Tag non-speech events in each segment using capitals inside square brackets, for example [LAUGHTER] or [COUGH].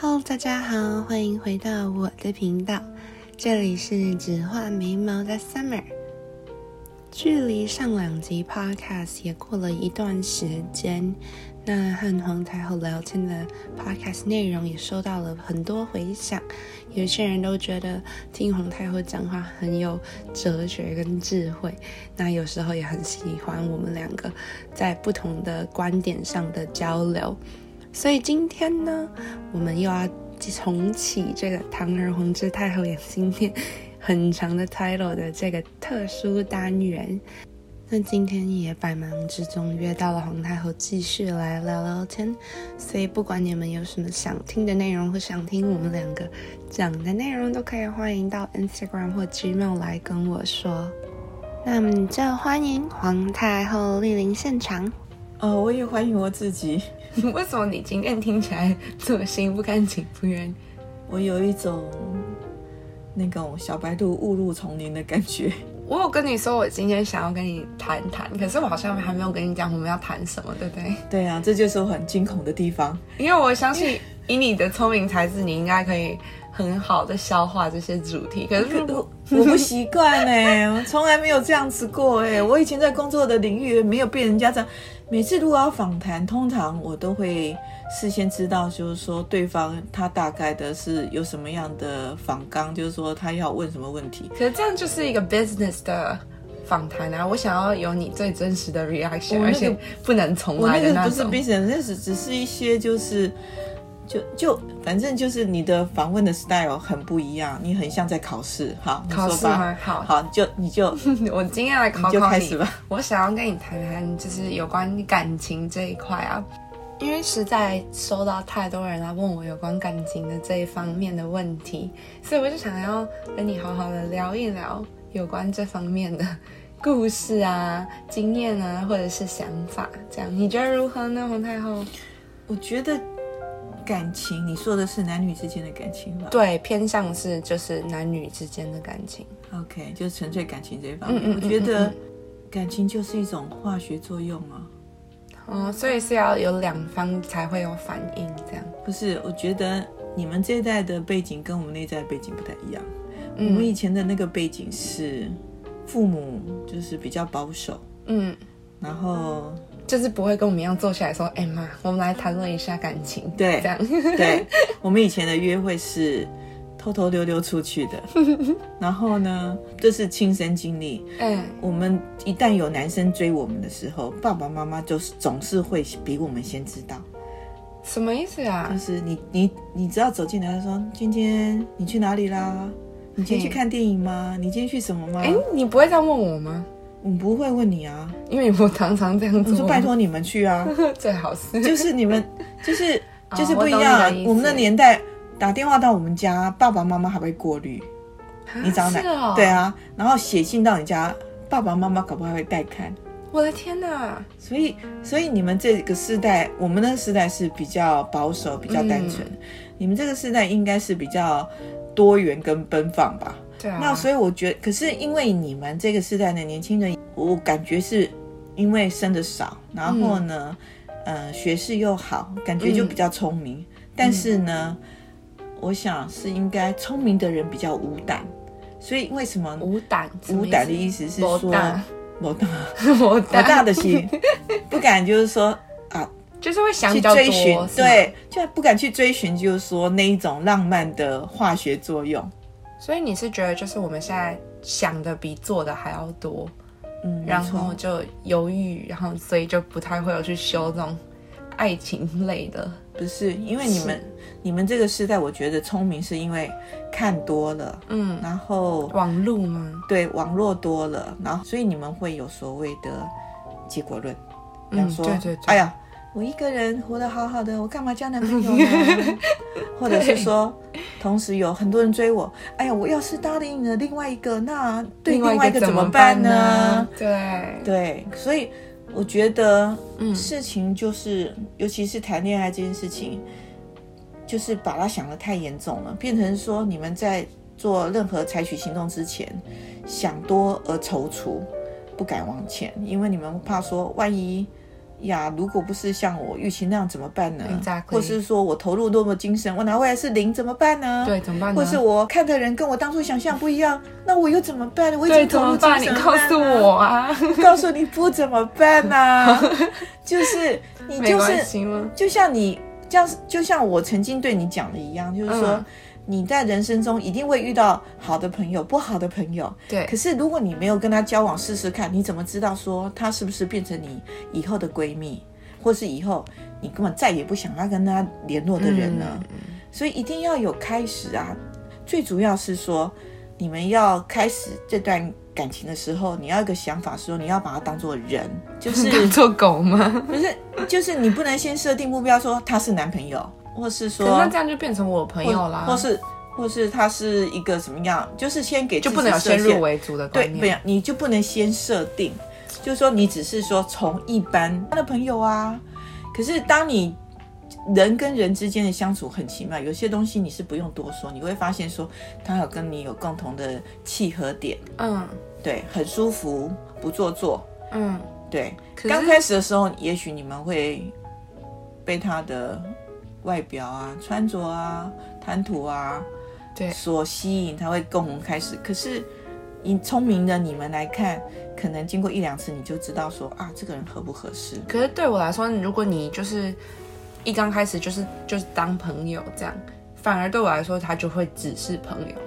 Hello，大家好，欢迎回到我的频道，这里是只画眉毛的 Summer。距离上两集 Podcast 也过了一段时间，那和皇太后聊天的 Podcast 内容也收到了很多回响，有些人都觉得听皇太后讲话很有哲学跟智慧，那有时候也很喜欢我们两个在不同的观点上的交流。所以今天呢，我们又要重启这个堂而皇之太后眼心殿很长的 title 的这个特殊单元。那今天也百忙之中约到了皇太后，继续来聊聊天。所以不管你们有什么想听的内容，或想听我们两个讲的内容，都可以欢迎到 Instagram 或 Gmail 来跟我说。那我们就欢迎皇太后莅临现场。哦，我也欢迎我自己。 [LAUGHS] 为什么你今天听起来这么心不甘情不愿？我有一种那种小白兔误入丛林的感觉。 [LAUGHS] 我有跟你说，我今天想要跟你谈谈，可是我好像还没有跟你讲我们要谈什么，对不 [LAUGHS] 对？对啊，这就是我很惊恐的地方。因为我相信以你的聪明才智，你应该可以很好的消化这些主题。可是如果我我不习惯哎，我从来没有这样子过哎、我以前在工作的领域也没有被人家这样。每次如果要访谈，通常我都会事先知道，就是说对方他大概的是有什么样的访纲，就是说他要问什么问题。可是这样就是一个 business 的访谈啊！我想要有你最真实的 reaction，、我而那个且不能重我来的那个那不是种。 business，那是只是一些就是，就就反正就是你的访问的 style 很不一样，你很像在考试。好，你考说试吧。吗？好，好，你就你就我今天来考考你就开始吧。我想要跟你谈谈，就是有关感情这一块啊，因为实在收到太多人来啊问我有关感情的这一方面的问题，所以我就想要跟你好好的聊一聊有关这方面的 [LAUGHS] 故事啊、经验啊，或者是想法，这样你觉得如何呢，皇太后？我觉得感情，你说的是男女之间的感情吧？对，偏向是就是男女之间的感情， ，OK，就是纯粹感情这一方嗯面。嗯嗯我觉嗯得感情就是一种化学作用啊。哦，所以是要有两方才会有反应，这样。不是，我觉得你们这一代的背景跟我们那一代的背景不太一样。嗯我们以前的那个背景是父母就是比较保守，嗯，然后就是不会跟我们一样坐下来说，哎、妈，我们来谈论一下感情，对这样， [LAUGHS] 对，我们以前的约会是偷偷溜溜出 [LAUGHS] 去的，然后呢，这是亲身经历。嗯，我们一旦有男生追我们的时候，爸爸妈妈就是总是会比我们先知道。什么意思啊就？是你你你只要走进来，他说：“今天你去哪里哦啦？你今天去嘿看电影吗？你今天去什么吗哎、你不会这样问我吗？？”我们不会问你啊，因为我常常这样我做，说拜，托你们去啊。 [LAUGHS] 最好是，就是你们，就是哦就是不一我懂样啊你的意。思我们的年代打电话到我们家，爸爸妈妈还会过滤 [LAUGHS] 你找哪是哦，对，啊，然后写信到你家，爸爸妈妈搞不好还会带看。我的天哪，所以，所以你们这个世代，我们那个世代是比较保守、比较单纯，嗯你们这个世代应该是比较多元跟奔放吧？对啊，那所以我觉得，可是因为你们这个世代的年轻人，我感觉是因为生的少，然后呢，嗯呃，学识又好，感觉就比较聪明。但是呢，我想是应该聪明的人比较无胆，所以为什么无胆，什么无胆的意思是说无胆，某 [LAUGHS] 大思，我某大胆，的心，不敢就是说 [LAUGHS] 啊就是会想去比较多追寻，，是吗，对，就不敢去追寻，就是说那一种浪漫的化学作用。所以你是觉得就是我们现在想的比做的还要多，嗯，没然错后就犹豫，然后所以就不太会有去修这种爱情类的，不是，因为你们你们这个时代，我觉得聪明是因为看多了，嗯，然后网路吗？对网络多了，然后所以你们会有所谓的结果论，比嗯方说，对对对哎呀，我一个人活得好好的，我干嘛交男朋友呢？ [LAUGHS] 或者是说，同时有很多人追我，哎呀，我要是答应了另外一个，那对另外一个怎么办呢？？对，对，所以我觉得嗯事情就是，尤其是谈恋爱这件事情，就是把它想得太严重了，变成说你们在做任何采取行动之前，想多而踌躇，不敢往前，因为你们怕说万一呀，如果不是像我预期那样怎么办呢嗯 Exactly 或是说我投入多么精神，我拿回来是零怎么办呢？对，怎么办呢？或是我看的人跟我当初想象不一样，那我又怎么办呢？我已对，经怎投入么精办？你神了告诉我，啊，告诉你不怎么办呢、 [LAUGHS] 就是你没就是关系吗？就像你这样，就像我曾经对你讲的一样，就是说、嗯你在人生中一定会遇到好的朋友、不好的朋友。对可，是如果你没有跟他交往试试看，你怎么知道说他是不是变成你以后的闺蜜，或是以后你根本再也不想要跟他联络的人呢？嗯所以一定要有开始啊！最主要是说，你们要开始这段感情的时候，你要有一个想法说，你要把他当做 [LAUGHS] 人，就是当做狗 [LAUGHS] 吗？不是，就是你不能先设定目标说他是男朋友，或是说可那这样就变成啊我朋友啦，或是或是他是一个什么样，就是先给就自不能己有先设入限为主的对，观不念。然你就不能先设定，就是说你只是说从一般他的朋友啊，可是当你人跟人之间的相处很奇妙，有些东西你是不用多说，你会发现说他有跟你有共同的契合点，嗯对，很舒服，不做作，嗯，对，可刚是开始的时候，也许你们会被他的外表啊、穿着啊、谈吐啊，对所吸引，他会共同开始。可是，以聪明的你们来看，可能经过一两次，你就知道说啊，这个人合不合适。可是对我来说，如果你就是一刚开始就是就是当朋友这样，反而对我来说，他就会只是朋友。嗯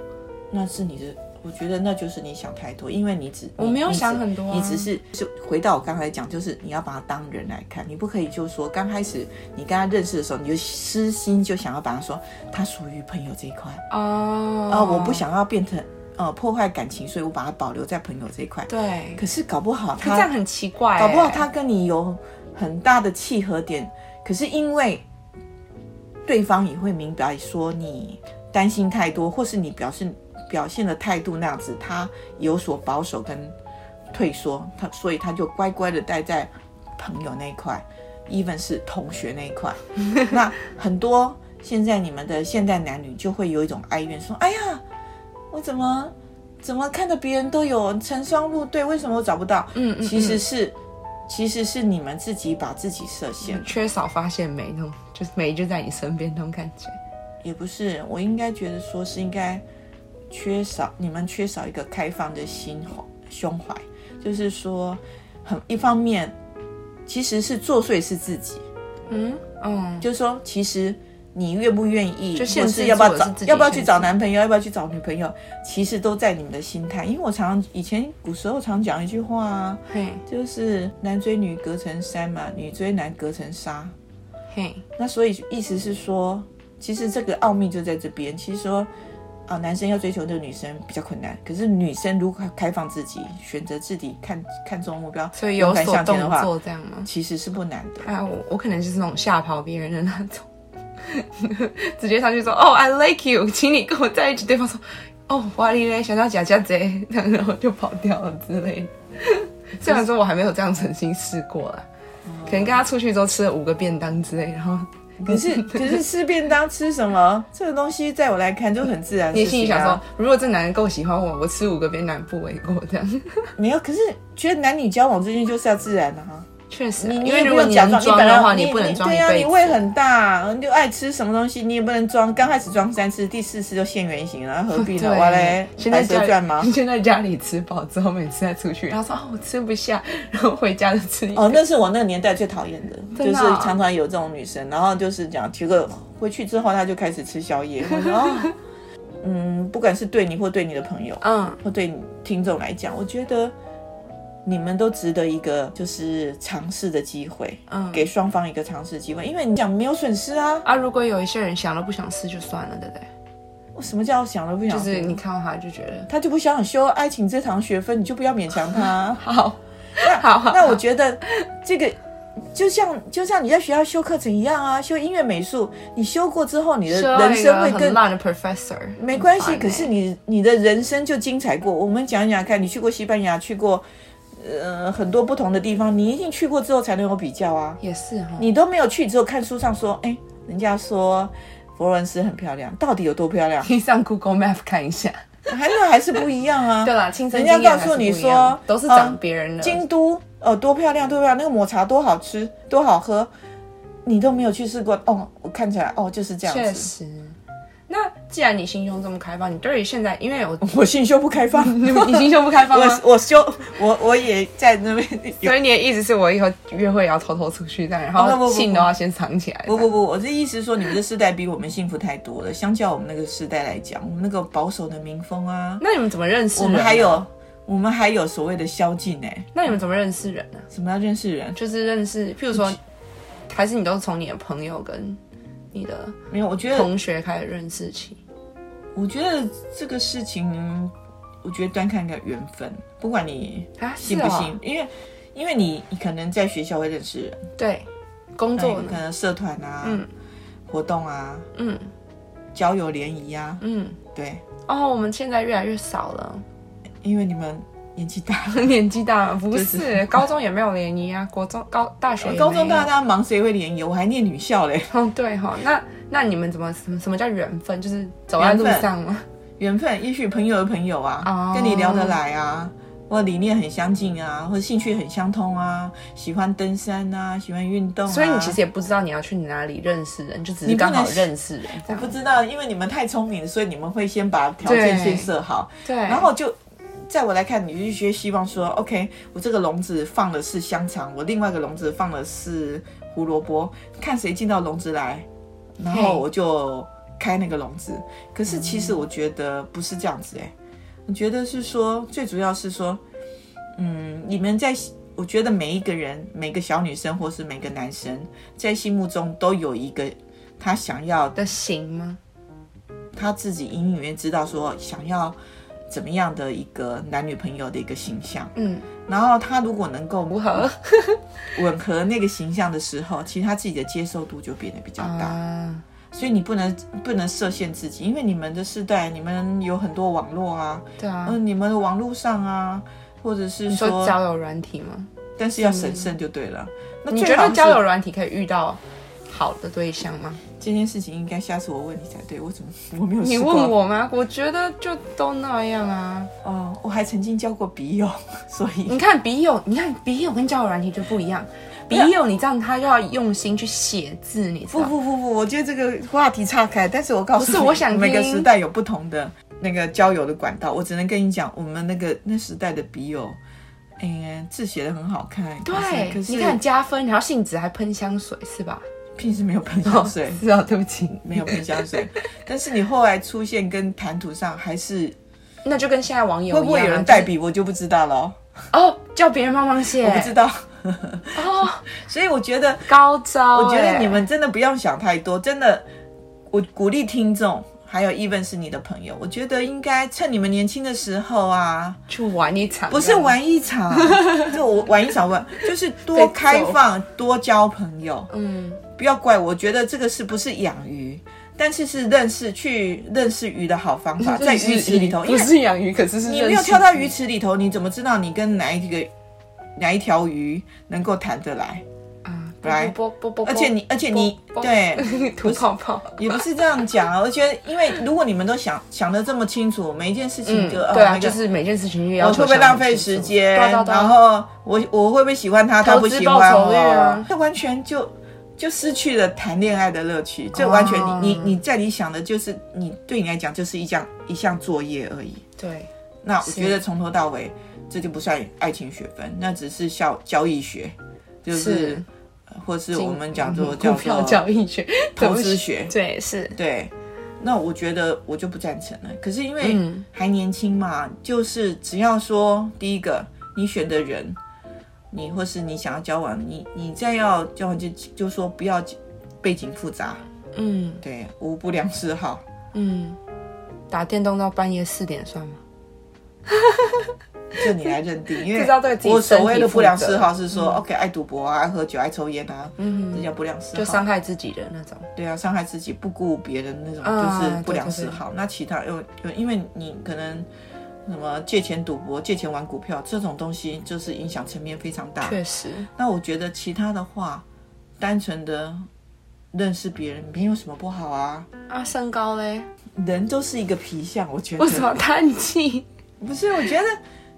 那是你的，我觉得那就是你想太多，因为你只我没有你只想很多啊你只是就回到我刚才讲，就是你要把他当人来看，你不可以就说刚开始你跟他认识的时候，你就私心就想要把他说他属于朋友这一块。哦啊、我不。想要变成呃破坏感情，所以我把它保留在朋友这一块。对，可是搞不好可这样他，很奇怪、欸。搞不好他跟你有很大的契合点，可是因为对方也会明白说你担心太多，或是你表现表现的态度那样子，他有所保守跟退缩，他所以他就乖乖的待在朋友那一块，even 是同学那一 [LAUGHS] 块。那很多现在你们的现代男女就会有一种哀怨，说：“哎呀，我怎么怎么看着别人都有成双入对，为什么我找不到？”嗯嗯嗯其实是其实是你们自己把自己设限了，缺少发现美那种，就是美就在你身边那种感觉。也不是。我应该觉得说是应该缺少你们缺少一个开放的心怀胸怀，就是说很一方面其实是作祟是自己。嗯嗯，就是说，其实你愿不愿意，就限或制是要不要住了是找自己要不要限去制找男朋友，要不要去找女朋友，其实都在你们的心态。因为我常以前古时候常讲一句话啊，嘿就是男追女隔层山嘛，女追男隔层纱。嘿，那所以意思是说，其实这个奥秘就在这边。其实说啊，男生要追求这个女生比较困难，可是女生如果开放自己，选择自己看看重目标，所以有勇敢所向前的动话，作这样吗？其实是不难 [LAUGHS] 的。啊，我我可能就是那种吓跑别人的那种， [LAUGHS] 直接上去说哦、i like you，请你跟我在一起。对方说哦，哇哩嘞，想到假假贼，然后就跑掉了之类的。 [LAUGHS] 虽然说我还没有这样曾经试过啦，可能跟他出去之后吃了五个便当之类，然后可是可是吃便当吃什么？这个东西在我来看就很自然的你事情啊。心里想说，如果这男人够喜欢我，我吃五个便当不为过。这样没有？可是觉得男女交往之间就是要自然的、哈。确实啊、你因你为也如不果用你假能装，装本来的话，你不能你装对一啊，辈你子。胃很大，啊你就爱吃什么东西，你也不能装。刚开始装三次，第四次就现原形了，何必呢？ [LAUGHS] 对啊我嘞，现在白蛇家传吗？ [LAUGHS] 现在家里吃饱之后，每次再出去，然后说啊、我吃不下，然后回家就吃一。哦，那是我那个年代最讨厌的，真就的是哦常常有这种女生，然后就是讲，结果回去之后她就开始吃宵夜。我说，哦嗯，不管是对你或对你的朋友，嗯，或对听众来讲，我觉得你们都值得一个就是尝试的机会，嗯给双方一个尝试机会，因为你讲没有损失啊。啊，如果有一些人想都不想吃就算了，对不对？什么叫想都不想就说？是你看到他就觉得。他就不想想修爱情这堂学分，你就不要勉强他 [LAUGHS] 好，那好好那我觉得这个。就像就像你在学校修课程一样啊，修音乐美术，你修过之后，你的说到人一生个会更很烂的 professor，没关很系，烦欸可是你你的人生就精彩过。我们讲一讲看，你去过西班牙，去过呃很多不同的地方，你一定去过之后才能有比较啊。也是哈，你都没有去，只有看书上说，哎、人家说佛罗伦斯很漂亮，到底有多漂亮？ [LAUGHS] 可以上 Google Map 看一下，还那还是不一样啊。对啦，亲身人家经验告还诉是你不一样说都是啊长别人的，京都哦，多漂亮，多漂亮，那个抹茶多好吃，多好喝，你都没有去试过哦。我看起来哦就是这确样子，实。那既然你心胸这么开放，你对于现在，因为我 [LAUGHS] 我心胸不开放， [LAUGHS] 你心胸不开放啊吗我？我修我我也在那边 [LAUGHS] 有所以你的意思是我以后约会也要偷偷出去这样，然哦不不后不信都要先藏起来。不不不，我的意思是说，你们这世代比我们幸福太多了。相较我们那个世代来讲，我们那个保守的民风啊，那你们怎么认识人啊我们还，有我们还有所谓的宵禁哎、那你们怎么认识人呢、什么叫认识人？就是认识，譬如嗯说，还是你都是从你的朋友跟你的没有，我觉得同学开始认识起。我觉得这个事情，我觉得端看个缘分，不管你啊，是信不哦信，因为因为你你可能在学校会认识人，对，工那作哎你可呢？能社团啊、嗯活动啊、嗯交友联谊啊，嗯。对，哦，我们现在越来越少了，因为你们年纪大 [LAUGHS] 了。年纪大了不就是是？ [LAUGHS] 高中也没有联谊啊，国中、高大学也没有、高中大家大家忙，谁会联谊？我还念女校嘞。哦，对哈、那那你们怎么什么什么叫缘分？就是走在路上吗？缘分，也许朋友的朋友啊，哦跟你聊得来啊，或理念很相近啊，或兴趣很相通啊，喜欢登山啊，喜欢运动、啊。所以你其实也不知道你要去哪里认识人，就只你是不刚好能认识人这我不样。知道，因为你们太聪明，所以你们会先把条件对先设好，对，然后就。在我来看，你就觉得希望说，OK，我这个笼子放的是香肠，我另外一个笼子放的是胡萝卜，看谁进到笼子来，然后嘿我就开那个笼子。可是其实我觉得不是这样子哎、我觉得是说，最主要是说，嗯，你们在，我觉得每一个人，每个小女生或是每个男生，在心目中都有一个他想要的行吗？他自己隐隐约约知道说想要怎么样的一个男女朋友的一个形象，嗯，然后他如果能够如何？嗯吻合那个形象的时候，其实他自己的接受度就变得比较大。啊，所以你不能不能设限自己，因为你们的世代，你们有很多网络啊，对啊嗯、，你们的网络上啊，或者是你说说，交友软体吗？但是要审慎就对了。那你嗯最觉得好是交友软体可以遇到好的对象吗？这件事情，应该下次我问你才对。我怎么我没有你试问过我吗？我觉得就都那样啊。哦，我还曾经交过笔友， [LAUGHS] 所以你看笔友，你看笔友跟交友软体就不一样。笔友，你这样他就要用心去写字，你知啊不道吗？不不不，我觉得这个话题岔开，但是我告诉你，不是我想听每个时代有不同的那个交友的管道，我只能跟你讲，我们那个那时代的笔友，哎、字写的很好看，对，可是你看加分，然后信纸还喷香水是吧？平时没有喷香水， [LAUGHS] 是啊，对不起，没有喷 [LAUGHS] 香水，但是你后来出现跟谈吐上还是那就跟现在网友一样、啊，会不会有人代笔，我就不知道了就哦，是哦，叫别人帮忙写，我不知道，哦， [LAUGHS] 所以我觉得高招、我觉哎得你们真的不要想太多，真的，我鼓励听众，还有 even 是你的朋友，我觉得应该趁你们年轻的时候啊，去玩一场，不是玩一 [LAUGHS] 场，就我玩一场玩，就是多开放，多交朋友，嗯，不要怪我，我觉得这个是不是养鱼，但是是认识去认识鱼的好方 [LAUGHS] 法，在鱼池里头，因不为嗯是养鱼，可是是你没认有识跳到鱼池里头，你怎么知道你跟哪一个哪一条鱼能够谈得来？啊，来啵啵啵啵啵，而且你，而且你啵啵对。 [LAUGHS] 吐泡泡，也不是这样讲啊，我觉得，因为如果你们都想想的这么清楚，每一件事情嗯就、，哦对啊，那个就是每件事情也要我求会不会想得浪费清楚时间，对啊对啊对啊然后我我会不会喜欢他，他投不资喜欢报酬我，率啊这完全就就失去了谈恋爱的乐趣，这完全你、哦你你在你想的就是你对你来讲就是一项一项作业而已。对，那我觉得从头到尾这就不算爱情学分，那只是校交易学，就是是或是我们讲嗯做叫股票做交易学、投资学。对是，对，那我觉得我就不赞成了。可是因为嗯还年轻嘛，就是只要说第一个你选的人，你或是你想要交往，你你再要交往就就说不要背景复杂，嗯对，无不良 [LAUGHS] 嗜好。嗯，打电动到半夜四点算吗？这你来认定，因为这是要对自己我所身谓体的负不良责嗜好是说、o k 爱赌博啊，爱喝酒，爱抽烟啊，嗯，这叫不良嗜好。就伤害自己的那种，对啊，伤害自己不顾别人那种，啊就是不良对对嗜好。那其他又又因为你可能什么借钱赌博、借钱玩股票这种东西，就是影响层面非常大。确实，那我觉得其他的话，单纯的认识别人没有什么不好啊。啊，身高嘞？人都是一个皮相，我觉得为什么叹气？不是，我觉得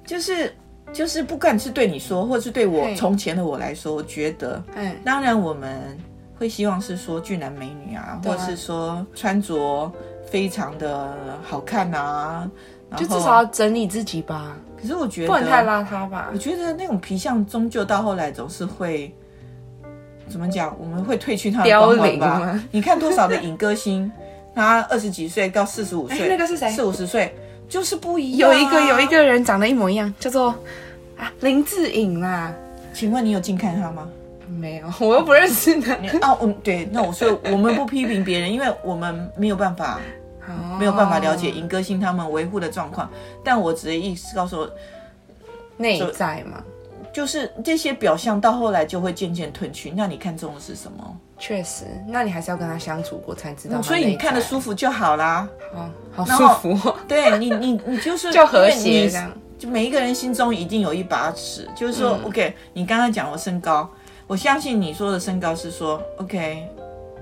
就是就是，不管是对你说，或是对我嘿从前的我来说，我觉得，哎，当然我们会希望是说俊男美女啊，对啊或者是说穿着非常的好看啊，然就后至少要整理自己吧，可是我觉得不能太邋遢吧我。觉得那种皮相终究到后来总是会怎么讲？我们会褪去它的凋光零啊环吧吗？你看多少的影歌星，他二十几岁到四十五岁，哎那个是谁四五十岁就是不一样、啊有一个有一，个人长得一模一样，叫做啊林志颖啦，请问你有近看他吗？ [LAUGHS] 没有， [LAUGHS] 我又不认识他，啊，我们对，那我所以我们不批评别人，因为我们没有办法，哦没有办法了解银歌星他们维护的状况。但我只是意思告诉我，内在嘛，就是这些表象到后来就会渐渐褪去。那你看中的是什么？确实，那你还是要跟他相处过才知道他内在。嗯所以你看得舒服就好啦。哦，好然后舒服哦，对你，你你就 [LAUGHS] 是就和因为谐你这样。嗯就每一个人心中一定有一把尺，就是说、o k 你刚刚讲我身高，我相信你说的身高是说，OK，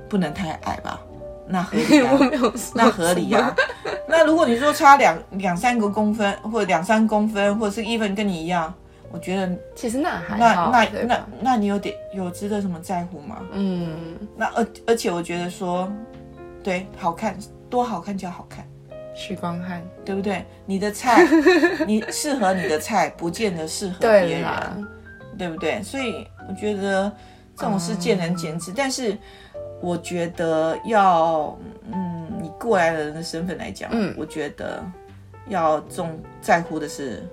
不能太矮吧？那合理、啊 [LAUGHS] 我，没有说那合理啊呀、 [LAUGHS] 那如果你说差两两三个公分，或者两三公分，或者是 even 跟你一样，我觉得 [LAUGHS] 其实那还那好，那对吧那那你有点有值得什么在乎吗？嗯，那而而且我觉得说，对，好看多好看就好看，许光汉，对不对？你的菜，你适合你的菜，不见得适合别对人，啦，对不对？所以我觉得这种事见仁见嗯智，但是我觉得要，嗯，你过来人的身份来讲，嗯我觉得要重在乎的是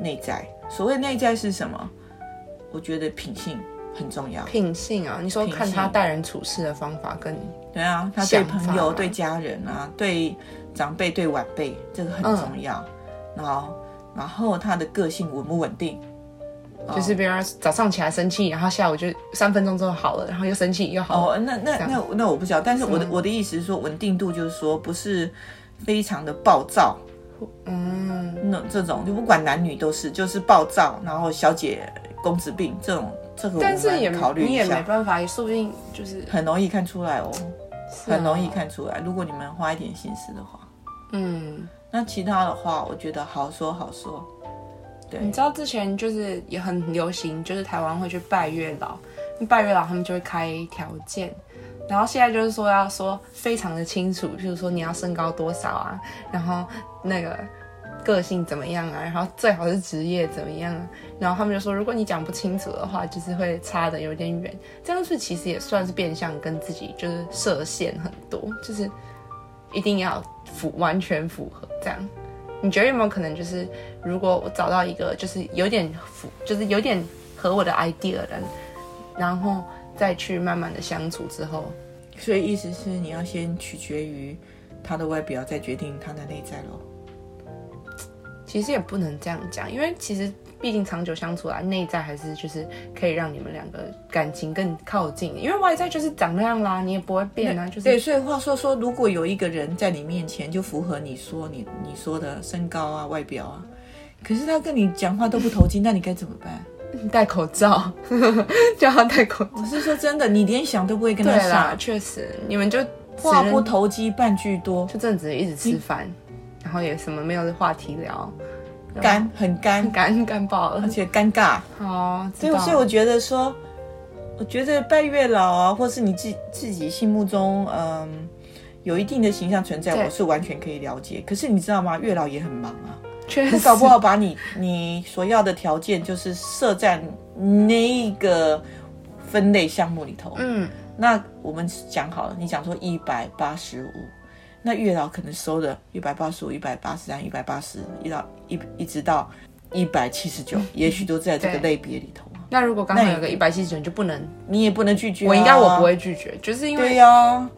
内在。所谓内在是什么？我觉得品性很重要。品性啊，你说品性看他待人处事的方法跟对啊，他对想法朋友、嘛对家人啊、对长辈、对晚辈，这个很嗯重要。然后，然后他的个性稳不稳定？哦就是比如说早上起来生气，然后下午就三分钟之后好了，然后又生气又好了。哦，那那这样那那我不知道，但是我的是吗我的意思是说，稳定度就是说不是非常的暴躁，嗯，那这种就不管男女都是，就是暴躁，然后小姐公子病这种，这个我但是们也考虑你一也没下，办法，也说不定就是很容易看出来哦，是啊很容易看出来。如果你们花一点心思的话，嗯，那其他的话，我觉得好说好说。你知道之前就是也很流行，就是台湾会去拜月老，拜月老他们就会开条件，然后现在就是说要说非常的清楚，譬如说你要身高多少啊，然后那个个性怎么样啊，然后最好是职业怎么样啊，然后他们就说如果你讲不清楚的话，就是会差的有点远，这样是其实也算是变相跟自己就是设限很多，就是一定要符完全符合这样。你觉得有没有可能就是，如果我找到一个就是有点符，就是有点合我的 idea 的人，然后再去慢慢的相处之后，所以意思是你要先取决于他的外表，再决定他的内在咯。其实也不能这样讲，因为其实毕竟长久相处来，内在还是就是可以让你们两个感情更靠近，因为外在就是长那样啦，你也不会变啊，就是对，所以话说说，如果有一个人在你面前就符合你说你你说的身高啊、外表啊，可是他跟你讲话都不投机，那你该怎么办？戴口罩， [LAUGHS] 叫他戴口罩。我是说真的，你连想都不会跟对他啦，想，确实，你们就只话能不投机半句多，就正只一直吃饭，然后也什么没有话题聊，干很干，干干爆了而。且尴尬。好，知对，道所以我觉得说，我觉得拜月老啊，或是你自自己心目中嗯有一定的形象存在，对我是完全可以了解。可是你知道吗？月老也很忙啊，确他实搞不好把你你所要的条件就是设在那个分类项目里头。嗯，那我们讲好了，你讲说一百八十五，那月老可能收的一百八十五、一百八十三、一百八十，一到一一直到一百七十九，也许都在这个嗯对类别里头啊。那如果刚好那你有个一百七十人就不能，你也不能拒绝、啊我应该我不，会拒绝，就是因对为呀、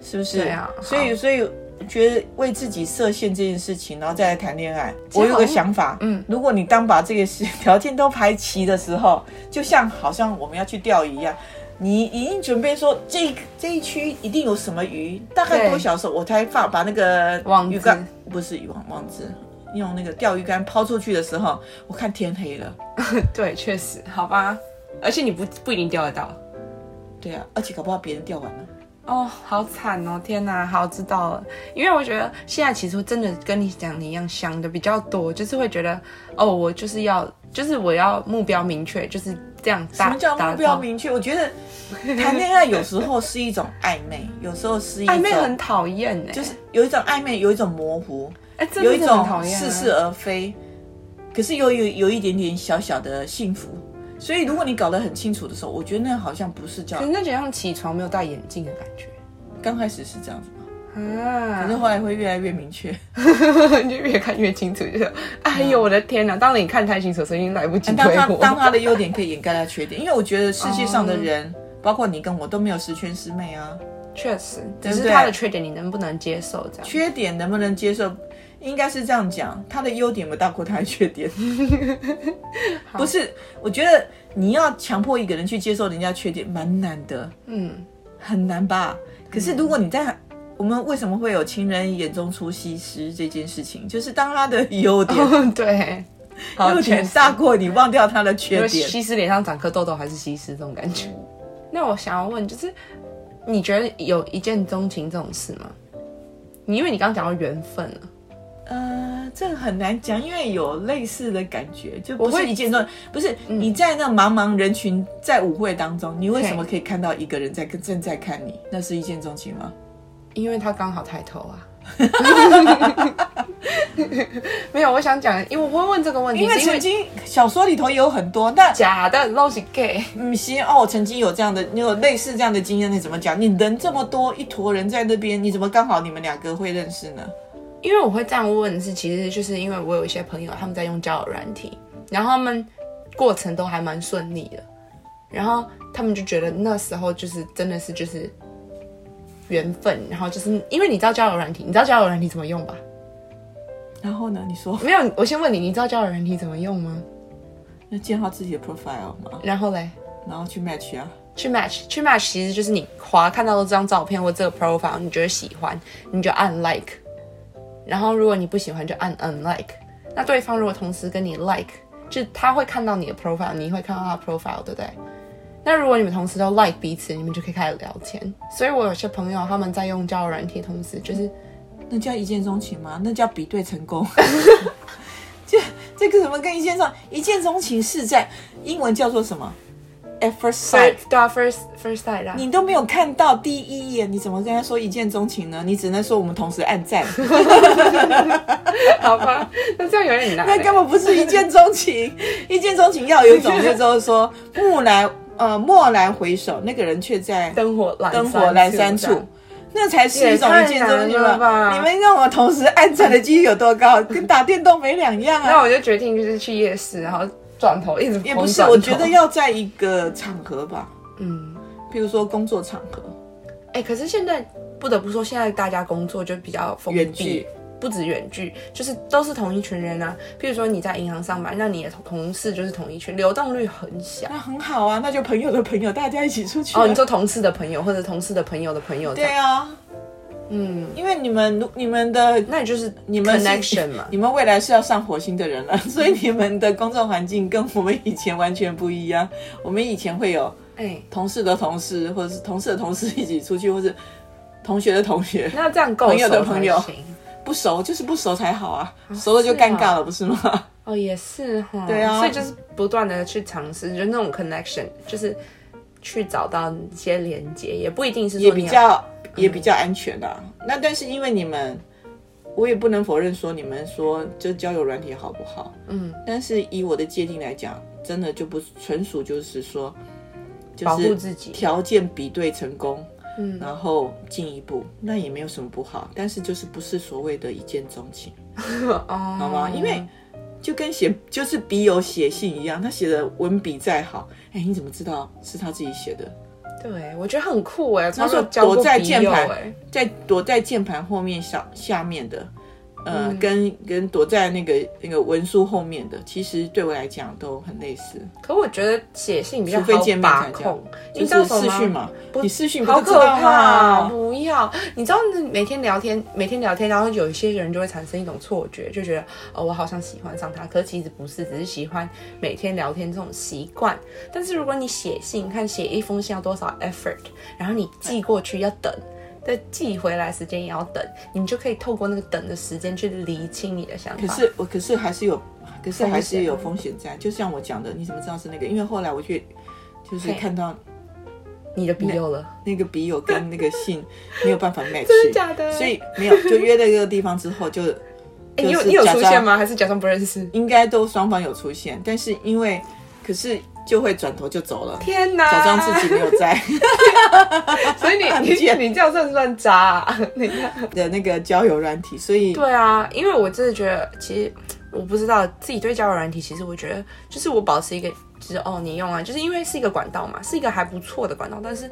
是不是？对啊所以所以我觉得为自己设限这件事情，然后再来谈恋爱，我有好个像想法，嗯，如果你当把这个事条件都排齐的时候，就像好像我们要去钓鱼一样。你已经准备说这这一区一定有什么鱼，大概对多小时候我才放把那个网鱼子竿不是鱼网网子，用那个钓鱼竿抛出去的时候，我看天黑了，对，确实，好吧。而且你不不一定钓得到，对啊，而且搞不好别人钓完了，哦，好惨哦！天哪，好知道了。因为我觉得现在其实真的跟你讲的一样，想的比较多，就是会觉得哦，我就是要，就是我要目标明确，就是这样什达么叫达目标到。明确？我觉得谈恋爱有时候是一种暧昧，有时候是一种暧昧哎很讨厌欸呢，就是有一种暧昧，有一种模糊，哎，这有一真的很种讨厌啊似是而非。可是有有有一点点小小的幸福，所以如果你搞得很清楚的时候，我觉得那好像不是叫可是那就像起床没有戴眼镜的感觉刚开始是这样子嘛，可是啊，后来会越来越明确。 [LAUGHS] 你就越看越清楚，就是哎呦我的天哪！当你看太清楚的时候，已经来不及当退他火。 [LAUGHS] 当他的优点可以掩盖他的缺点，因为我觉得世界上哦的人，包括你跟我都没有十全十美啊。确实，对只不对是他的缺点你能不能接受这样？缺点能不能接受，应该是这样讲，他的优点不大过他的缺 [LAUGHS] 点。不是，我觉得你要强迫一个人去接受人家缺点，蛮难的，嗯，很难吧？可是如果你在。我们为什么会有情人眼中出西施这件事情？就是当他的优点哦对，哦优确点实大过你忘掉他的缺就点，西施脸上长颗痘痘还是西施这种感觉。嗯那我想要问，就是你觉得有一见钟情这种事吗？你因为你刚刚讲到缘分了，呃，这个很难讲，因为有类似的感觉，就我不是会嗯一见钟，不是、你在那茫茫人群在舞会当中，你为什么可以看到一个人在跟正在看你？那是一见钟情吗？因为他刚好抬头 [LAUGHS] 啊。没有，我想讲，因为我会问这个问题，因为是因曾为经小说里头也有很多，那假的都是 gay，嗯，行哦，曾经有这样的，你有类似这样的经验，那怎么讲？你人这么多，一坨人在那边，你怎么刚好你们两个会认识呢？因为我会这样问是，其实就是因为我有一些朋友他们在用交友软体，然后他们过程都还蛮顺利的，然后他们就觉得那时候就是真的是就是缘分，然后就是因为你知道交友软体，你知道交友软体怎么用吧？然后呢？你说没有，我先问你，你知道交友软体怎么用吗？要建好自己的 profile 嘛，然后嘞？然后去 match 啊。去 match 去 match 其实就是你滑看到这张照片或这个 profile，你觉得喜欢，你就按 like，然后如果你不喜欢就按 unlike。那对方如果同时跟你 like，就是他会看到你的 profile，你会看到他的 profile，对不对？那如果你们同时都 like 彼此，你们就可以开始聊天。所以我有些朋友他们在用交友软体，同时就是那叫一见钟情吗？那叫比对成功。 [LAUGHS] 这这个什么跟一见钟一见钟情是在英文叫做什么？At first sight。对啊，first first sight 啊，你都没有看到第一眼，你怎么跟他说一见钟情呢？你只能说我们同时 [LAUGHS] 暗赞，好吧？ [LAUGHS] 那这样有点难欸、那根本不是一见钟情。一见钟情要有一种那时候说木兰呃蓦然回首，那个人却在灯火阑灯火阑珊这样处，那才是一种一也见钟情太难了吧你们让我同时暗赞的几率有多高？跟打电动没两样啊！那我就决定就是去夜市，然后转头一直也狂不是，转我头觉得要在一个场合吧，嗯，比如说工作场合，哎、可是现在不得不说，现在大家工作就比较封远闭距，不止远距，就是都是同一群人啊。譬如说你在银行上班，那你的同同事就是同一群，流动率很小。那很好啊，那就朋友的朋友，大家一起出去啊、哦，你说同事的朋友或者同事的朋友的朋友这对样，啊，嗯，因为你们你们的那你就是你们是 connection 嘛，你们未来是要上火星的人了， [LAUGHS] 所以你们的工作环境跟我们以前完全不一样。我们以前会有哎、同事的同事，或者是同事的同事一起出去，或是同学的同学，那这样够朋友的熟才朋友行不熟就是不熟才好啊，熟了就尴尬了，不是吗？哦，也是哈，对啊所以就是不断的去尝试，就那种 connection，就是去找到一些连接，也不一定是说也你比要较嗯也比较安全啦、那但是因为你们，我也不能否认说你们说这交友软体好不好？嗯，但是以我的界定来讲，真的就不纯属就是说，就保护是自己条件比对成功，嗯然后进一步，那也没有什么不好。但是就是不是所谓的一见钟情，哦，好吗？因为。就跟写就是笔友写信一样，他写的文笔再好，哎、你怎么知道是他自己写的？对，我觉得很酷哎，他时说候交过躲在笔键友欸盘哎，在躲在键盘后面下下面的，呃，嗯跟跟躲在那个那个文书后面的，其实对我来讲都很类似，可我觉得写信比较除非好见面把才这样控，你就知道是什视么讯吗？嘛，不你视讯不好就知可道啊怕！哦吗？不要，你知道，每天聊天，每天聊天，然后有一些人就会产生一种错觉，就觉得哦，我好像喜欢上他，可其实不是，只是喜欢每天聊天这种习惯。但是如果你写信，看写一封信要多少 effort，然后你寄过去要等。再寄回来时间也要等，你就可以透过那个等的时间去厘清你的想法。可是我，可是还是有，可是风还是险有风险在。就像我讲的，你怎么知道是那个？因为后来我去，就是嘿看到你的笔友了，那个笔友跟那 [LAUGHS] 个信没有办法 match，真的假的所以没有就约了一个地方之后就，哎、就你有是你有假出装现？吗？还是假装不认识？应该都双方有出现，但是因为可是就会转头就走了，天哪！假装自己没有 [LAUGHS] 在啊所以 [LAUGHS] 你你你这样算不算渣、啊？你看， [LAUGHS] 的那个交友软体，所以 [LAUGHS] 对啊，因为我真的觉得，其实我不知道自己对交友软体，其实我觉得就是我保持一个，就是哦，你用啊，就是因为是一个管道嘛，是一个还不错的管道，但是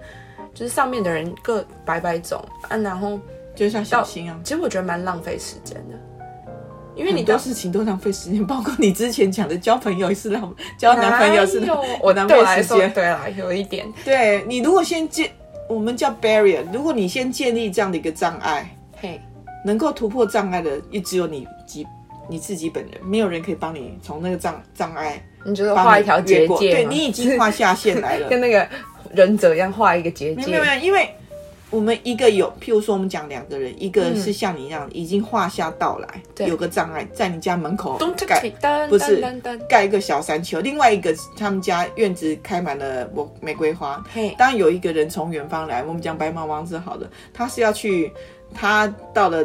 就是上面的人各百百种啊，然后就像小新啊。其实我觉得蛮浪费时间的，因为很你多都事情都浪费时间， [LAUGHS] 包括你之前讲的交朋友也是浪，[LAUGHS] 交男朋友是哪浪有我哎浪对费我来时说，间。对啦，有一点，对你如果先建，我们叫 barrier，如果你先建立这样的一个障碍，嘿，能够突破障碍的，也只有你自你自己本人，没有人可以帮你从那个障障碍你就是帮你画一条结越过界对嘛，你已经画下线来 [LAUGHS] 了。跟那个忍者一样画一个结没界，有没有没有，因为我们一个有，譬如说我们讲两个人，一个是像你一样已经画下道来，对有个障碍在你家门口 Don't touch 盖 me，噔不是噔噔噔盖一个小山丘，另外一个他们家院子开满了玫玫瑰花，嘿，当有一个人从远方来，我们讲白马王子好了，他是要去，他到了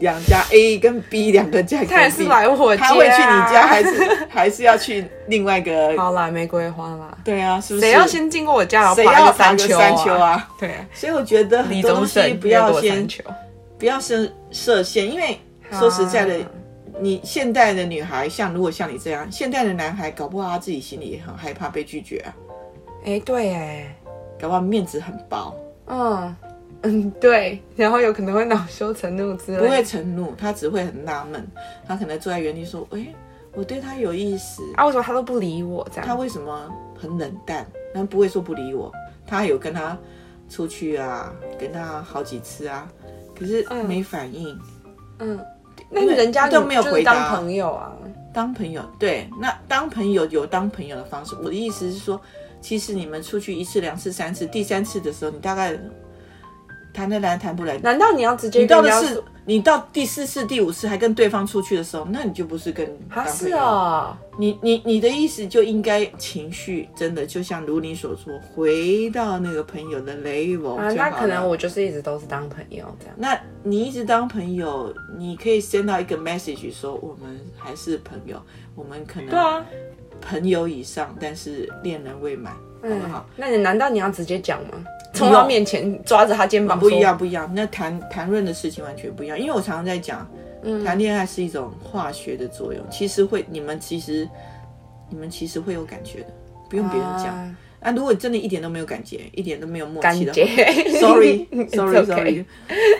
两家 A 跟 B 两个家隔壁，他也是来我家、啊，他会去你家，还是还是要去另外一个？好啦，玫瑰花啦。对啊，是不是？谁要先经过我家，然后谁爬要个爬山个丘、山丘？啊？对啊，所以我觉得很李多宗东西盛不要越过先山丘。不要设设限，因为说实在的啊，你现代的女孩像如果像你这样，现代的男孩搞不好他自己心里也很害怕被拒绝啊，哎、对，哎，搞不好面子很薄。嗯嗯，对，然后有可能会恼羞成怒之类不的。会承怒，他只会很纳闷，他可能坐在原地说：“哎、我对他有意思，啊，为什么他都不理我这他样？为什么很冷淡？”但不会说不理我，他有跟他出去啊，跟他好几次啊，可是嗯没反应。嗯，那因为人家都没有就是回答当朋友啊。当朋友，对，那当朋友有当朋友的方式。我的意思是说，其实你们出去一次、两次、三次，第三次的时候，你大概谈得来谈不来，难道你要直接你到跟的人家是说你到第四次、第五次还跟对方出去的时候，那你就不是跟当啊？朋是友。哦，你你你的意思就应该情绪真的就像如你所说，回到那个朋友的 level 啊，就那好可能了我就是一直都是当朋友这样。那你一直当朋友，你可以 send 到一个 message 说我们还是朋友，我们可对能啊，朋友以上，但是恋人未满，好不嗯好？，那你难道你要直接讲吗？冲不到用面前抓着他肩膀不一说啊样，不一样。那谈谈论的事情完全不一样，因为我常常在讲，嗯谈恋爱是一种化学的作用，其实会你们其实你们其实会有感觉的，不用别人讲。啊啊，如果真的一点都没有感觉，一点都没有默感契的觉 [LAUGHS] ，sorry It's sorry okay sorry，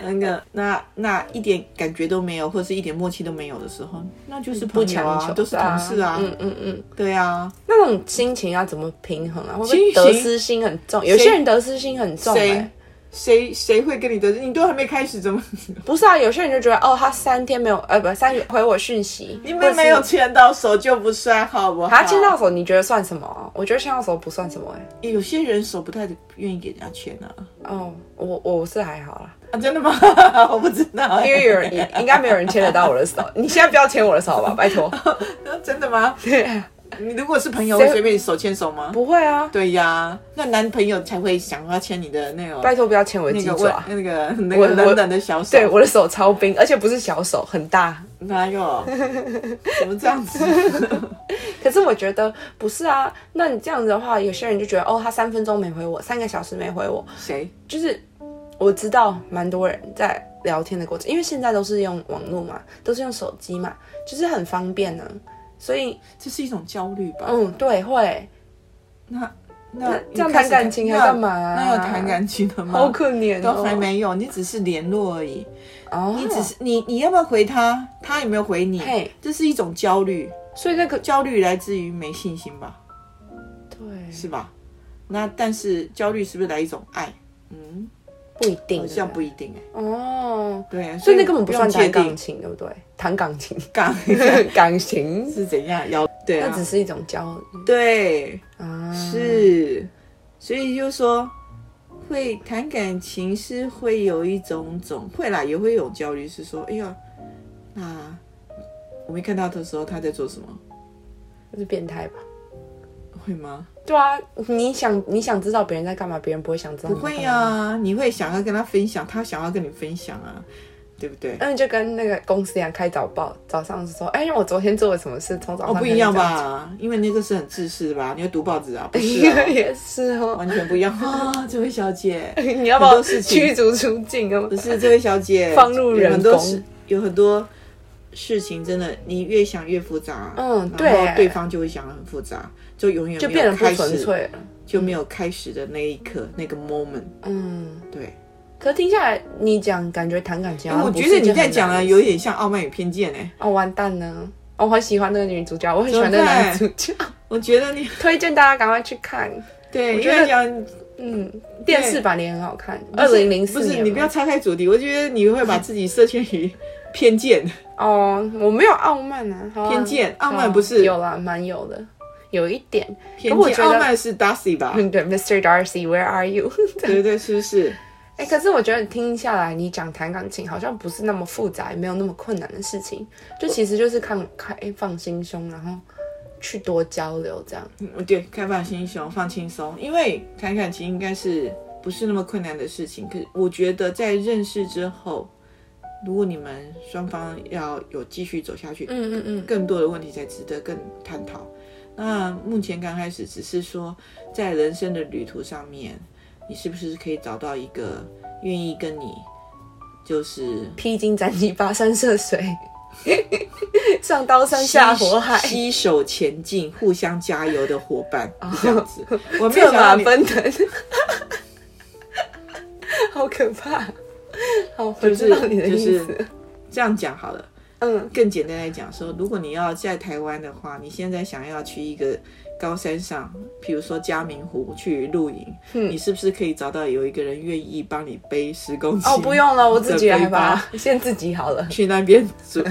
那个那那一点感觉都没有，或是一点默契都没有的时候，那就是不朋友强啊求，，都是同事啊，嗯嗯嗯，对啊，那种心情要怎么平衡啊？会不心会情得失心很重？有些人得失心很重、谁欸，谁谁会跟你得？你都还没开始，怎么不是啊？有些人就觉得哦，他三天没有，呃，不，三回我讯息，你或们是啊没有牵到手就不算，好不好？他牵到手，你觉得算什么啊？我觉得牵到手不算什么、欸，哎有些人手不太愿意给人家牵啊，哦，我我是还好啦，啊，真的吗？ [LAUGHS] 我不知道欸、因为有人也应该没有人牵得到我的手。你现在不要牵我的手吧，拜 [LAUGHS] 托。 [LAUGHS] 真的吗？对啊你如果是朋友，谁会随便手牵手吗？不会啊，对呀、那男朋友才会想要牵你的那种拜托不要牵我的那鸡个爪。温那个那啊我个冷冷的小手，对，我的手超冰，而且不是小手，很大。哪有？怎么这样子？ [LAUGHS] 可是我觉得不是啊，那你这样子的话，有些人就觉得哦，他三分钟没回我，三个小时没回我，谁？就是我知道蛮多人在聊天的过程，因为现在都是用网络嘛，都是用手机嘛，就是很啊方便呢、所以，这是一种焦虑吧？嗯，对，会，那那哦这样你开始谈感情还干嘛啊那那有谈感情的吗？好可怜哦，都还没有，你只是联络而已。哦，你只是你你要不要回他？他有没有回你嘿？这是一种焦虑，所以那个焦虑来自于没信心吧，对是吧？那但是焦虑是不是来一种爱？嗯，不一定，好像不一定哎、哦，对，啊所以那根本不用算界弹钢定琴，对不 [LAUGHS] 对？弹钢 [LAUGHS] 琴，杠钢琴，是怎样摇？[LAUGHS] 对那啊只，是一种交对，啊，是，所以就说会谈感情是会有一种总会啦，也会有焦虑，是说，哎呀，那我没看到的时候他在做什么，那是变态吧？会吗？对啊，你想你想知道别人在干嘛，别人不会想知道不你在干嘛。会呀、啊，你会想要跟他分享，他想要跟你分享啊，对不对？嗯，就跟那个公司一样，开早报，早上是说，哎、我昨天做了什么事，从早哦，上、不一样？吧，因为那个是很自私的吧？你要读报纸 [LAUGHS] 啊？不是、[LAUGHS] 啊，也是 [LAUGHS] 哦，完全不一样啊！这位小姐，你要把很我多事情驱逐出境哦不。是这位小姐，放入人有很多工事，有很多事情真的，你越想越复杂，嗯然对后对方就会想得很复杂，就永远 [LAUGHS] 就没变有得不开纯始，粹了。就没有开始的那一刻，那个 moment，嗯，对。可听下来你讲，感觉谈感情好嗯哎我像不觉是得一件很难的事，你在讲的有点像《傲慢与偏见》哎，哦，完蛋了。哦我很喜欢那个女主角，我很喜欢那个怎么办男主角， [LAUGHS] 我觉得你推荐大家赶快去看。对，我因觉得为讲嗯，电视版的也很好看，不二是零零四不年是你不要嘛岔开主题，我觉得你会把自己设限于偏见、哦，我没有傲慢啊，好啊偏见、傲 [LAUGHS] 哦慢不是有啦，蛮有的，有一点。偏可我见，觉得傲慢是 Darcy 吧？嗯， [LAUGHS] 对，Mr. Darcy，Where are you？ [LAUGHS] 对对对，是不是？哎、可是我觉得听下来，你讲弹钢琴好像不是那么复杂，也没有那么困难的事情，就其实就是看开放心胸，然后去多交流这样。嗯对，开放心胸，放轻松，因为谈感情应该是不是那么困难的事情。可是我觉得在认识之后，如果你们双方要有继续走下去，嗯嗯嗯，更多的问题才值得更探讨。那目前刚开始只是说，在人生的旅途上面，你是不是可以找到一个愿意跟你就是披荆斩棘，跋山涉水， [LAUGHS] 上刀山下火海，携手前进、互相加油的伙伴，这样子。哦我没有策想到马你奔腾， [LAUGHS] 好可怕！好，我就是知道你的意思。就是这样讲好了。嗯，更简单来讲说，如果你要在台湾的话，你现在想要去一个高山上，比如说嘉明湖去露营，嗯你是不是可以找到有一个人愿意帮你背十公斤？哦，不用了，我自己来吧吧。，先自己好了。 [LAUGHS] 去那边 [LAUGHS] 煮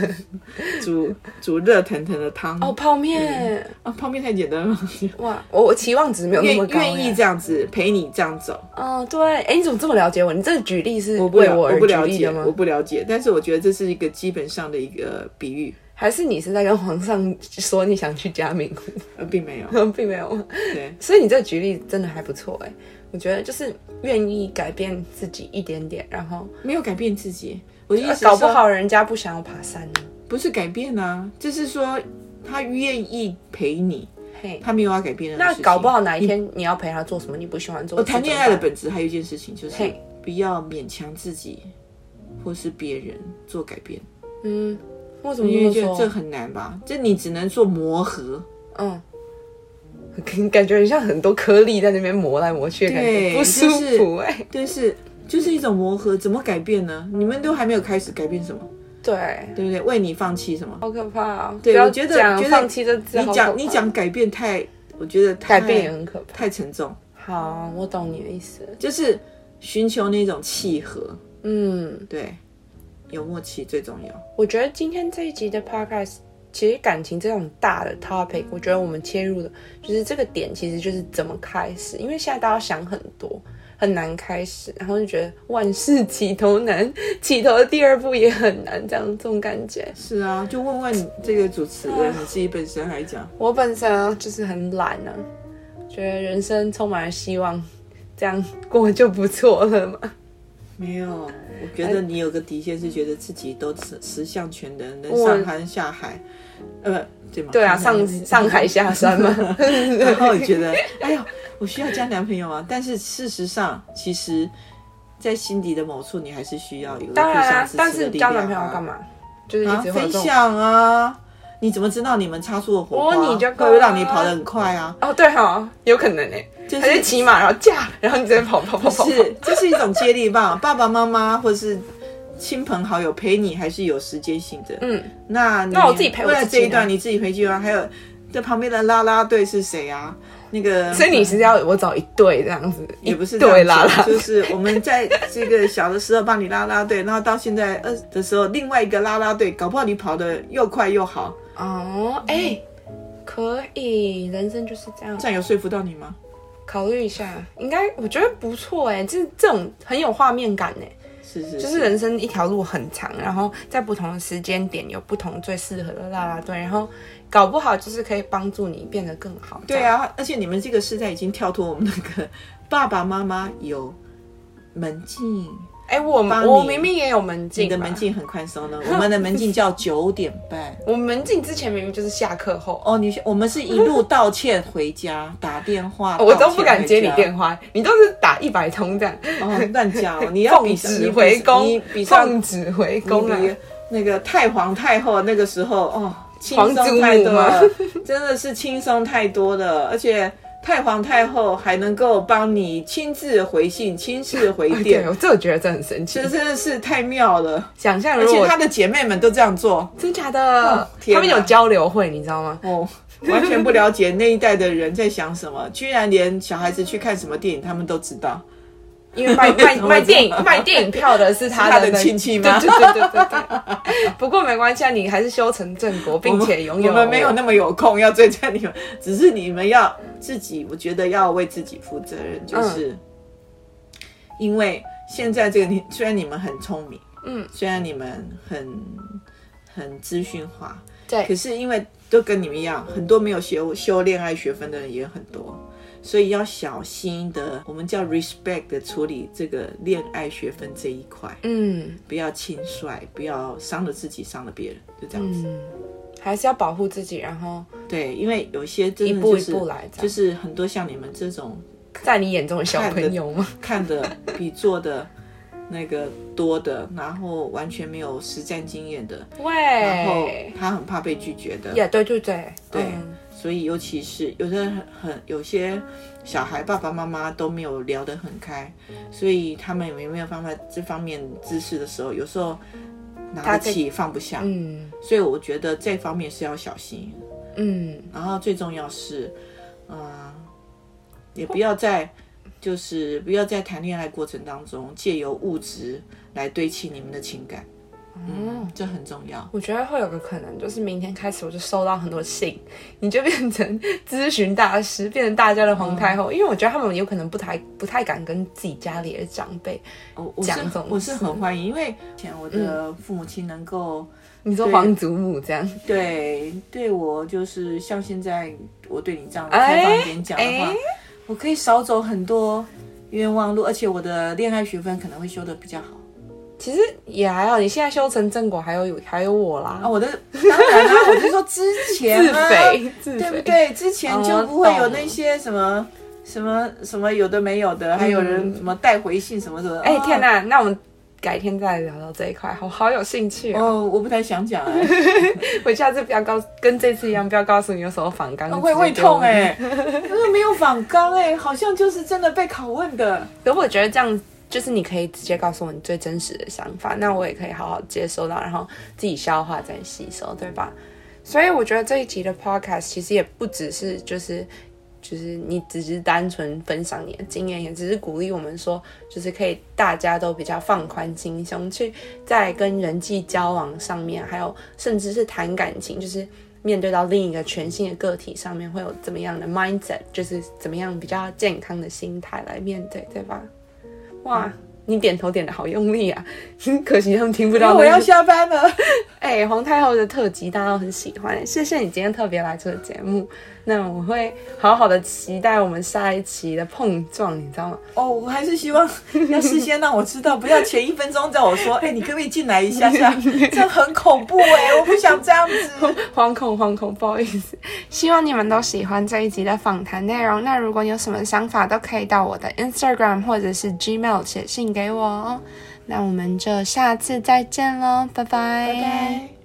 煮煮热腾腾的汤哦，哦泡面。泡面太简单了，哇，我我期望值没有那愿么高哎耶。愿意这样子陪你这样走，嗯，对，哎、你怎么这么了解我？你这个举例是我不为了而我不举了例解，的吗我？不了解，但是我觉得这是一个基本上的一个呃比喻，还是你是在跟皇上说你想去嘉明湖？呃，并没有， [LAUGHS] 并没有，对。所以你这个举例真的还不错哎、我觉得就是愿意改变自己一点点，然后啊没有改变自己。我的意思是说、呃搞不好人家不想要爬山呢。不是改变啊，就是说他愿意陪你，嘿，他没有要改变任何那事情搞不好哪一天你要陪他做什么你不喜欢做我的事，哦谈恋怎么爱的办本质还有一件事情，就是嘿不要勉强自己或是别人做改变，嗯，为什么因为这这么这说？很难吧？这你只能做磨合。嗯。 [LAUGHS] 感感觉很像很多颗粒在那边磨来磨去的感觉，对不舒就是服哎、但是就是一种磨合，怎么改变呢？你们都还没有开始改变什么，对，对不对？为你放弃什么？好可怕啊！对不要我觉得讲觉得放弃这字，你好可讲怕你讲哎改变太，我觉得太改变也很可怕。太沉重，好，我懂你的意思。就是寻求那种契合。嗯，对，有默契最重要。我觉得今天这一集的 podcast，其实感情这种大的 topic，我觉得我们切入的就是这个点，其实就是怎么开始，因为现在大家想很多。很难开始，然后就觉得万事起头难， [LAUGHS] 起头的第二步也很难，这样这种感觉。是啊，就问问这个主持人你自己本身来讲，我本身啊就是很懒啊，觉得人生充满了希望，这样过就不错了 [LAUGHS] 嘛。没有？我觉哎得你有个底线是觉得自己都十十项全能，能我上山下海，呃，对吗？对啊，上上山上海下山 [LAUGHS] 嘛。然后你觉得，哎呦，我需要交男朋友啊！但是事实上，其实，在心底的某处，你还是需要有个当互然啦、 [LAUGHS] 相支但持的是力交量、啊。男朋友要干？嘛？就是一啊，直会有这分种享啊！你怎么知道你们擦出的火我花哦你就会不会让你跑得很快啊？哦，对哈、有可能诶、就他就是骑马，然后驾，然后你在跑跑跑跑跑，是，这是一种接力棒， [LAUGHS] 爸爸妈妈或是亲朋好友陪你，还是有时间性的。嗯，那你那我自己陪啊我为了自己这一段呢你自己陪计划，还有这旁边的啦啦队是谁啊？那个，所以你是要我找一对这样子，也不是一这对样啦讲啦，就是我们在这个小的时候帮你拉拉队，然后到现在二十的时候，另外一个拉拉队，搞不好你跑得又快又好，哦，哎、可以，人生就是这样这。样有说服到你吗？考虑一下，应该我觉得不错哎、这这种很有画面感哎、是是，就是人生一条路很长，然后在不同的时间点有不同最适合的啦啦队，然后搞不好就是可以帮助你变得更好。对，啊，而且你们这个时代已经跳脱我们那个爸爸妈妈有门禁，哎、我帮你我明明也有门禁，你的门，禁很宽 [LAUGHS] 松呢，我们的门禁叫九点半。我门禁之前明明就是下课后。哦，你我们是一路道歉回家，打电话， [LAUGHS] 哦我都不敢接你电话。话，你都是打一百通这样，哦，乱讲，你要比奉上旨回你宫比，上奉旨回宫啊！你比那个太皇太后那个时候哦，轻皇祖松母太多吗了， [LAUGHS] 真的是轻松太多了，而且。太皇太后还能够帮你亲自回信、亲 [LAUGHS] 自回电哎对，，我这我觉得这很神奇这。真的是太妙了。想象而如且果她的姐妹们都这样做，真假的，天他哪们有交流会，你知道吗？哦，完全不了解那一代的人在想什么，居然连小孩子去看什么电影，他们都知道。因为 [LAUGHS] 卖卖卖电影卖电影票的是他是他的那亲戚吗对对对对对对。 [LAUGHS] 不过没关系啊，你还是修成正果，并且拥有我们没有那么有空要追在你们，只是你们要自己，我觉得要为自己负责任，嗯就是、因为现在这个年，虽然你们很聪明，嗯，虽然你们很很资讯化，可对，是因为都跟你们一样，很多没有修修恋爱学分的人也很多，所以要小心的，我们叫 respect 的处理这个恋爱学分这一块，嗯不要轻率，不要伤了自己，伤了别人，就这样子。嗯，还是要保护自己，然后对，因为有些真一的步就一是步来，这就样是很多像你们这种在你眼中的小朋友吗？看的比做的那个多的，然后完全没有实战经验的，哎然后喂，他很怕被拒绝的。也对对对对嗯所以尤其是有的很很有些小孩爸爸妈妈都没有聊得很开，所以他们有没有办法这方面知识的时候，有时候拿他得可以起放不下，嗯所以我觉得这方面是要小心。嗯，然后最重要是，嗯、也不要在就是不要在谈恋爱过程当中借由物质来堆砌你们的情感，嗯，这很重要。哦我觉得会有个可能，就是明天开始我就收到很多信，你就变成咨询大师，变成大家的皇太嗯后。因为我觉得他们有可能不太不太敢跟自己家里的长辈，我我是讲这种我是嗯很欢迎，因为以前我的父母亲能够、你说对皇祖母这样，对对我就是像现在我对你这样开放一点讲的话，哎我可以少走很多冤枉路，而且我的恋爱学分可能会修得比较好。其实也还好。你现在修成正果，还有还有我啦，啊，我的当然啦、我就说之前、自啊、肥 [LAUGHS] 自对不肥，对？之前就哦不会有懂那些什么什么什么有的没有的，还有人什么带回信什么什么。嗯哎、天哪！哪，那我们改天再聊到这一块，我好有兴趣哦。哦，我不太想讲哎、 [LAUGHS] 我下次不要告，跟这次一样，不要告诉你有什么反纲，哦会直接会给我痛哎、 [LAUGHS] 因为没有反纲哎、好像就是真的被拷问的。可我觉得这样，就是你可以直接告诉我你最真实的想法，那我也可以好好接收到，然后自己消化再吸收，对吧？所以我觉得这一集的 podcast 其实也不只是就是就是你只是单纯分享你的经验，也只是鼓励我们说，就是可以大家都比较放宽心胸，去在跟人际交往上面，还有甚至是谈感情，就是面对到另一个全新的个体上面，会有怎么样的 mindset，就是怎么样比较健康的心态来面对，对吧？哇，你点头点的好用力啊！ [LAUGHS] 可惜他们听不因为到那个。我要下班了，哎、皇太后的特辑大家都很喜欢，谢谢你今天特别来这个节目。那我会好好的期待我们下一期的碰撞，你知 [LAUGHS] 道吗？哦，我还是希望要事先让我知道，不要前一分钟叫我说，哎、你可不可以进来一下下？这样很恐怖哎、我不想这样子。惶恐惶恐，不好意思。希望你们都喜欢这一集的访谈内容。那如果你有什么想法，都可以到我的 Instagram 或者是 Gmail [LAUGHS] 写信给我哦。那我们就下次再见喽，拜拜。拜拜。